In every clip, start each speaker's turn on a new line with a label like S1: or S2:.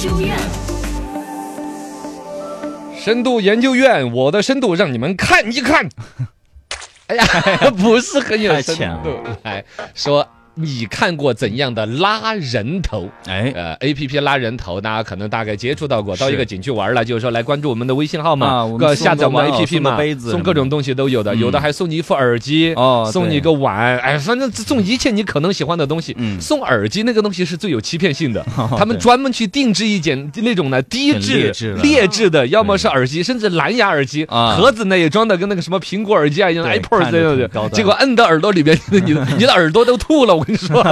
S1: 究院，
S2: 深度研究院，我的深度让你们看一看。哎呀， 不是很有
S3: 太
S2: 深
S3: 浅了
S2: 度。 来说，你看过怎样的拉人头？
S3: 哎，
S2: 呃，A P P 拉人头，大家可能大概接触到过。
S3: 是
S2: 到一个景区玩了，就是说来关注我们的微信号
S3: 啊
S2: 嘛
S3: 我，们
S2: 个
S3: 送
S2: 下
S3: 个
S2: 载我们
S3: 碗
S2: A
S3: 哦
S2: P P
S3: 送个
S2: 嘛
S3: 杯，子
S2: 送
S3: 什
S2: 各
S3: 么
S2: 种东西都有的，有的
S3: 嗯
S2: 还送你一副耳机，
S3: 哦
S2: 送
S3: 对
S2: 你个碗，哎，反正送一切你可能喜欢的东西。
S3: 嗯哦
S2: 送耳机那个东西是最有欺骗 性的，他们
S3: 对
S2: 专门去定制一件那种呢低
S3: 很
S2: 质
S3: 劣质的嗯
S2: 劣质的，要么是耳机，甚至蓝牙耳机，
S3: 啊
S2: 盒子呢也装的跟那个什么苹果耳机啊一样
S3: 对
S2: ，AirPods
S3: 看着
S2: 这样
S3: 挺
S2: 的
S3: 高，端
S2: 结果摁到耳朵里边，你 的你的耳朵都吐了，我跟你说，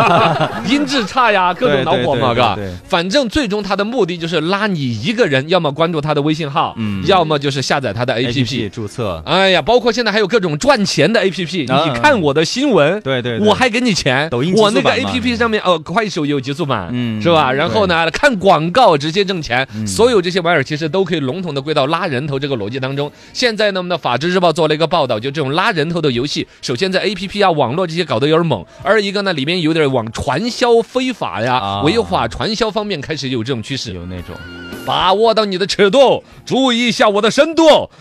S2: 音质差呀，各种恼火嘛，
S3: 对对对
S2: 嘎
S3: 对对。
S2: 反正最终他的目的就是拉你一个人，要么关注他的微信号，
S3: 嗯
S2: 要么就是下载他的 APP。
S3: 注册，
S2: 哎呀，包括现在还有各种赚钱的 APP，
S3: 啊
S2: 你看我的新闻，
S3: 对对对
S2: 我还给你钱。
S3: 抖音极速
S2: 我
S3: 版
S2: 那
S3: 嘛
S2: 个 APP 上面哦，快手有极速版，
S3: 嗯
S2: 是吧？然后呢，看广告直接挣钱，所有这些玩意儿其实都可以笼统的归到拉人头这个逻辑当中。现在呢，我们的《法制日报》做了一个报道，就这种拉人头的游戏，首先在 APP 啊、网络这些搞得有点猛，二一个呢，里面有点往传销非法呀
S3: 啊、
S2: 违法传销方面开始有这种趋势。
S3: 有那种
S2: 把握到你的尺度，注意一下我的深度。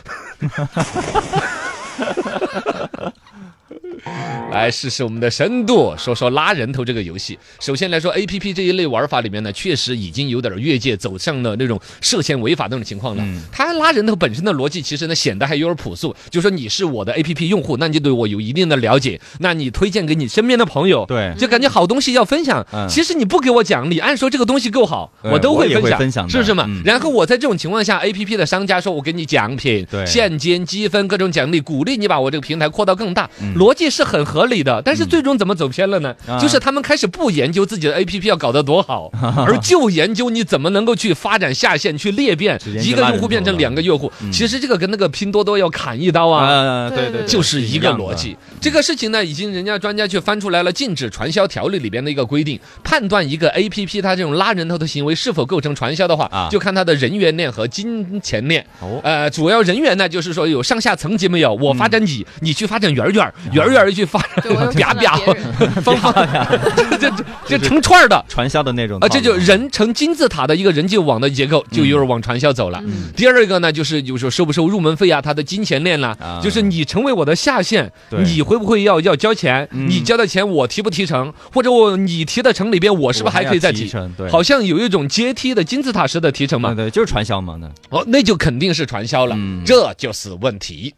S2: 来试试我们的深度，说说拉人头这个游戏。首先来说，A P P 这一类玩法里面呢，确实已经有点越界，走向了那种涉嫌违法那种情况了。它拉人头本身的逻辑，其实呢显得还有点朴素，就说你是我的 A P P 用户，那你就对我有一定的了解，那你推荐给你身边的朋友，
S3: 对
S2: 就感觉好东西要分享。
S3: 嗯
S2: 其实你不给我奖励，按说这个东西够好，
S3: 对
S2: 我都
S3: 我
S2: 会
S3: 也
S2: 分
S3: 会
S2: 享，
S3: 分享的
S2: 是不是嘛？
S3: 嗯
S2: 然后我在这种情况下，A P P 的商家说我给你奖品、
S3: 对
S2: 现金、积分、各种奖励，鼓励你把我这个平台扩到更大，逻辑是很合理的。但是最终怎么走偏了呢？
S3: 嗯啊
S2: 就是他们开始不研究自己的 A P P 要搞得多 好，而就研究你怎么能够去发展下线、去裂变
S3: 直接
S2: 一
S3: 就
S2: 个
S3: 拉
S2: 用
S3: 人
S2: 户变
S3: 头
S2: 成
S3: 了嗯
S2: 两个用户。其实这个跟那个拼多多要砍一刀啊。
S3: 啊，
S1: 对
S3: 对
S1: 对
S3: 对，
S2: 就是一个
S3: 样的
S2: 逻辑。这个事情呢，已经人家专家去翻出来了《禁止传销条例》里边的一个规定，判断一个 A P P 它这种拉人头的行为是否构成传销的话，
S3: 啊
S2: 就看它的人员链和金钱链。
S3: 哦
S2: 呃，主要人员呢，就是说有上下层级没有？我发展你，你去发展圆圆，圆圆去发展
S1: 对我又
S2: 啪
S1: 看到别人
S2: 啪，方方， 这这这成串儿的。
S3: 传销的那种
S2: 啊，这就
S3: 套路
S2: 人成金字塔的一个人际网的结构，就有点往传销走了。第二个呢，就是有时候收不收入门费啊，他的金钱链啦、
S3: 啊
S2: 就是你成为我的下线，
S3: 对嗯
S2: 你会不会要要交钱？你交的钱我提不提成，或者我你提的成里边，我是不是还可以再
S3: 我还要提成对
S2: 好像有一种阶梯的金字塔式的提成嘛
S3: 对，对，就是传销嘛，那
S2: 哦，那就肯定是传销了，
S3: 嗯
S2: 这就是问题。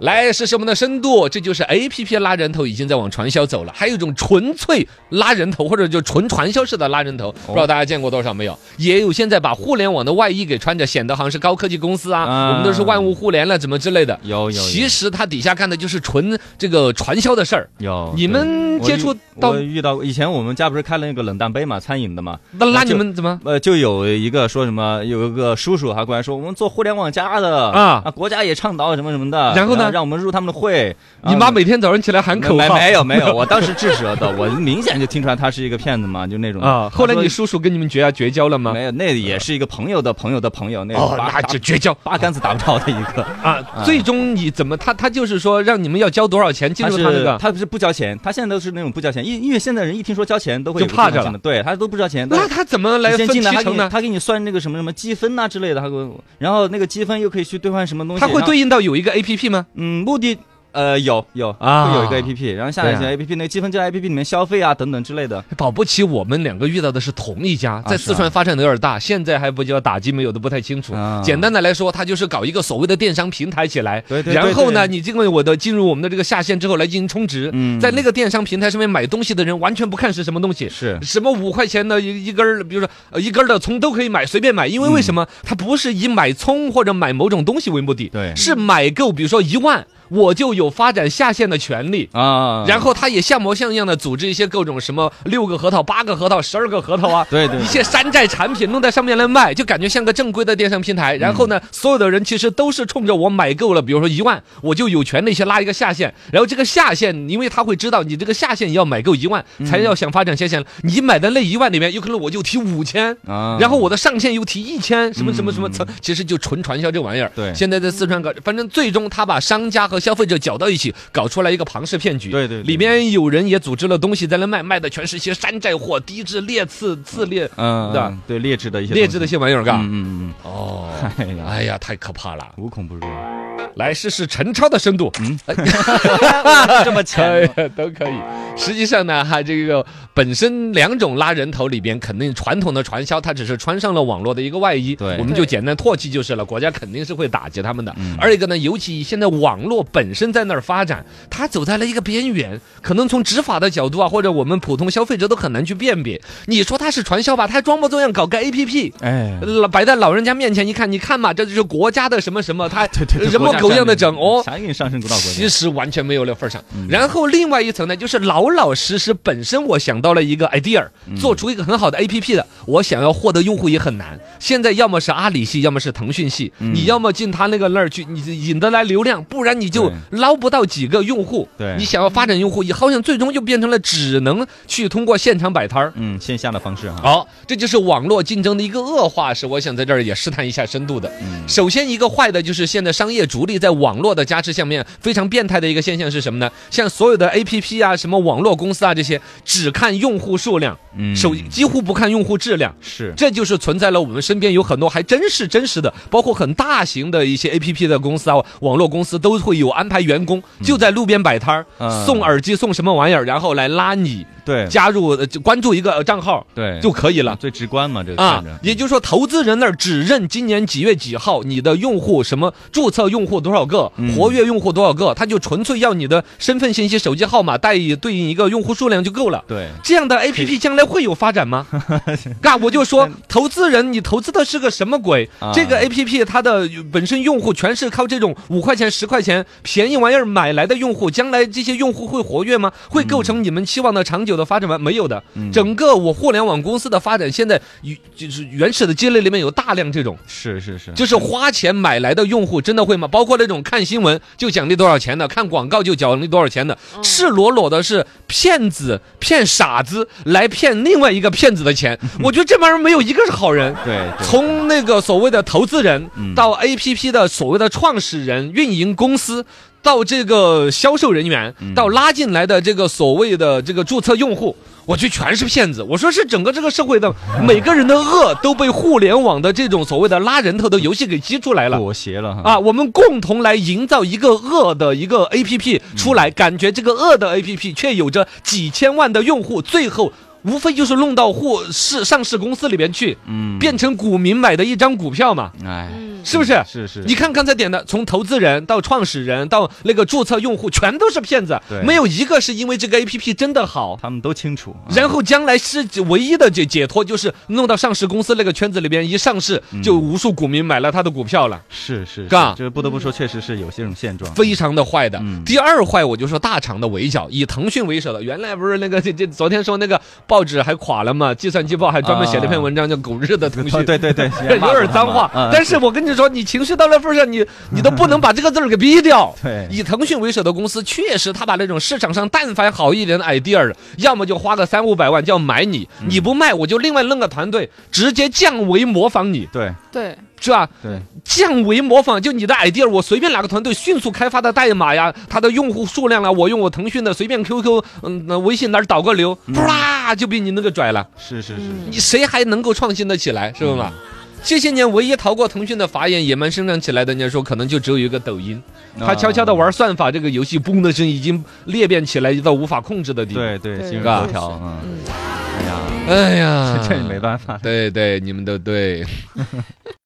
S2: 来试试我们的深度，这就是 A P P 拉人头已经在往传销走了，还有一种纯粹拉人头或者就纯传销式的拉人头，
S3: 哦
S2: 不知道大家见过多少没有？也有现在把互联网的外衣给穿着，显得好像是高科技公司啊，
S3: 啊哦
S2: 我们都是万物互联了怎么之类的。
S3: 有有有
S2: 其实它底下干的就是纯这个传销的事儿。
S3: 有
S2: 你们
S3: 哦对
S2: 接触到
S3: 我遇我遇到过以前我们家不是开了那个冷淡杯嘛，餐饮的嘛，
S2: 那拉
S3: 就
S2: 你们怎么？
S3: 呃，就有一个说什么，有一个叔叔还过来说，我们做互联网加的
S2: 啊
S3: 国家也倡导什么什么的，
S2: 然后呢
S3: 让我们入他们的会。
S2: 你妈每天早上起来喊口
S3: 啊没
S2: 号
S3: 没有没有，我当时制止了的，我明显就听出来他是一个骗子嘛，就那种
S2: 啊？后来
S3: 他说
S2: 你叔叔跟你们绝啊绝交了吗呃
S3: 没？有，那也是一个朋友的朋友的朋友，那
S2: 哦，
S3: 八
S2: 那就绝交。
S3: 八竿子打不着的一个。
S2: 啊，最终你怎么他他就是说让你们要交多少钱 进
S3: 他
S2: 入
S3: 是
S2: 他那个，
S3: 他不是不交钱，他现在都是那种不交钱，因因为现在人一听说交钱都会有
S2: 就怕
S3: 这
S2: 着
S3: 种情况对他都不交钱。
S2: 那他怎么来
S3: 你
S2: 分提
S3: 先进来，他给
S2: 成
S3: 你
S2: 呢？
S3: 他给你算那个什么什么积分呐、之类的，他给我，然后那个积分又可以去兑换什么东西。
S2: 他会
S3: 然后
S2: 对应到有一个 A P P 吗？
S3: 嗯，目的呃有有
S2: 啊
S3: 会有一个 A P P，然后下载一
S2: 对啊
S3: 些 A P P，那个积分就在 A P P 里面消费啊等等之类的。
S2: 哎保不齐我们两个遇到的是同一家，在
S3: 是啊
S2: 四川发展的有点大，现在还不叫打击没有的不太清楚
S3: 啊。
S2: 简单的来说，他就是搞一个所谓的电商平台起来
S3: 对，对对
S2: 然后呢，
S3: 对
S2: 你这个我的进入我们的这个下线之后来进行充值，
S3: 嗯
S2: 在那个电商平台上面买东西的人完全不看是什么东西，
S3: 是
S2: 什么五块钱的一一根儿，比如说呃一根儿的葱都可以买，随便买，因为为什么？它不是以买葱或者买某种东西为目的，
S3: 对
S2: 是买够，比如说一万，我就有发展下线的权利。
S3: 啊，
S2: 然后他也像模像样的组织一些各种什么六个核桃、八个核桃、十二个核桃啊，
S3: 对对对
S2: 一些山寨产品弄在上面来卖，就感觉像个正规的电商平台。然后呢，所有的人其实都是冲着我买够了，比如说一万，我就有权利去拉一个下线。然后这个下线，因为他会知道你这个下线要买够一万，才要想发展下线。你买的那一万里面，有可能我就提五千。
S3: 啊，
S2: 然后我的上限又提一千，什么什么什么层，其实就纯传销这玩意儿。
S3: 嗯对
S2: 现在在四川搞，反正最终他把商家和和消费者搅到一起，搞出来一个庞氏骗局。
S3: 对对对
S2: 里面有人也组织了东西在那卖，卖的全是一些山寨货、低质劣次、次劣
S3: 嗯，
S2: 对
S3: 嗯对，劣质的一些
S2: 劣质的一
S3: 东西，
S2: 些玩啊意儿，嘎。
S3: 嗯嗯嗯
S2: 哦，
S3: 哎呀
S2: 哎呀，太可怕了！
S3: 嗯，无孔不入，
S2: 来试试陈超的深度，哎
S3: 这么
S2: 可以
S3: 浅，
S2: 都可以。实际上呢，哈，这个本身两种拉人头里边，肯定传统的传销，它只是穿上了网络的一个外衣，
S3: 对
S2: 我们就简单唾弃就是了。国家肯定是会打击他们的。
S3: 嗯
S2: 二一个呢，尤其现在网络本身在那儿发展，它走在了一个边缘，可能从执法的角度啊，或者我们普通消费者都很难去辨别。你说它是传销吧，它还装模作样搞个 APP，
S3: 哎，
S2: 老呃摆在老人家面前，一看，你看嘛，这就是国家的什么什么，他
S3: 对对，对
S2: 人模狗样的整哦。
S3: 啥给你上升不到国
S2: 其
S3: 家？嗯
S2: 实完全没有那份儿上。然后另外一层呢，就是老老实实，本身我想到了一个 idea，做
S3: 嗯
S2: 出一个很好的 APP 的，我想要获得用户也很难。现在要么是阿里系，要么是腾讯系，
S3: 嗯
S2: 你要么进他那个那儿去，你引得来流量，不然你就捞不到几个用户。
S3: 对
S2: 你想要发展用户，也好像最终就变成了只能去通过现场摆摊儿。
S3: 嗯，线下的方式哈，
S2: 好、这就是网络竞争的一个恶化，是我想在这儿也试探一下深度的。
S3: 嗯
S2: 首先，一个坏的就是现在商业逐利在网络的加持下面非常变态的一个现象是什么呢？像所有的 APP 啊、什么网络公司啊这些，只看用户数量，
S3: 嗯
S2: 手几乎不看用户质量。
S3: 是，
S2: 这就是存在了我们身边有很多还真是真实的，包括很大型的一些 A P P 的公司啊，网络公司都会有安排员工就在路边摆摊儿、
S3: 嗯
S2: 送耳机、送什么玩意儿，然后来拉你
S3: 对
S2: 加入、呃就关注一个账号
S3: 对，
S2: 就可以了。
S3: 最直观嘛，这个
S2: 啊
S3: 看，着，嗯
S2: 也就是说，投资人那儿只认今年几月几号你的用户什么注册用户多少个，
S3: 嗯
S2: 活跃用户多少个，他就纯粹要你的身份信息、手机号码带以对应一个用户数量就够了。
S3: 对，
S2: 这样的 A P P 将来会有发展 吗？嘎，我就说，投资人你投资的是个什么鬼
S3: 嗯啊？
S2: 这个 A P P 它的本身用户全是靠这种五块钱、十块钱便宜玩意儿买来的用户，将来这些用户会活跃吗？会构成你们期望的长久的发展吗？没有的。
S3: 嗯
S2: 整个我互联网公司的发展，现在与就是原始的积累里面有大量这种。
S3: 是是是，
S2: 就是花钱买来的用户真的会吗？包括那种看新闻就奖励多少钱的，看广告就奖励多少钱的，赤裸裸的是骗子骗傻子来骗另外一个骗子的钱。我觉得这帮人没有一个是好人。
S3: 对，对
S2: 从那个所谓的投资人
S3: 嗯，
S2: 到 APP 的所谓的创始人、运营公司，到这个销售人员，到拉进来的这个所谓的这个注册用户，我去全是骗子。我说是整个这个社会的每个人的恶都被互联网的这种所谓的拉人头的游戏给激出来了。
S3: 裹挟了哈，
S2: 啊，我们共同来营造一个恶的一个 APP 出来，感觉这个恶的 APP 却有着几千万的用户，最后无非就是弄到沪市上市公司里边去，
S3: 嗯，
S2: 变成股民买的一张股票嘛，
S3: 哎，
S2: 是不是？
S3: 是是，
S2: 你看刚才点的，从投资人到创始人到那个注册用户，全都是骗子
S3: 对，
S2: 没有一个是因为这个 APP 真的好。
S3: 他们都清楚，啊
S2: 然后将来是唯一的解解脱，就是弄到上市公司那个圈子里边，一上市
S3: 嗯
S2: 就无数股民买了他的股票了。
S3: 是是，
S2: 嘎
S3: 是这不得不说，确实是有些种现状，
S2: 非常的坏的
S3: 嗯。
S2: 第二坏，我就说大厂的围剿，以腾讯为首的。原来不是那个这 这昨天说那个报纸还垮了嘛，计算机报还专门写了一篇文章叫《狗日的腾讯
S3: 哦》。对对对，
S2: 有点脏话，但
S3: 是
S2: 是我跟你说，你情绪到那份儿上，你你都不能把这个字儿给逼掉。
S3: 对
S2: 以腾讯为首的公司，确实他把那种市场上但凡好一点的 idea，要么就花个三五百万叫买你，
S3: 嗯
S2: 你不卖我就另外弄个团队，直接降维模仿你，
S3: 对
S1: 对，
S2: 是吧？
S3: 对，
S2: 降维模仿，就你的 idea，我随便哪个团队迅速开发的代码呀，它的用户数量啊，我用我腾讯的随便 QQ，嗯，那微信哪儿导个流，
S3: 嗯
S2: 啪就比你那个拽了，
S3: 是是是，
S1: 嗯
S2: 你谁还能够创新的起来，是不
S3: 嗯
S2: 嘛？这些年唯一逃过腾讯的法眼、野蛮生长起来的，人家说可能就只有一个抖音，
S3: 啊
S2: 他悄悄的玩算法这个游戏，嘣的声已经裂变起来到无法控制的地步。
S3: 对对，
S1: 对
S3: 新闻
S2: 嘎
S3: 头条啊，嗯
S1: 嗯，
S3: 哎呀，
S2: 哎呀
S3: ，这也没办法，
S2: 对对，你们都对。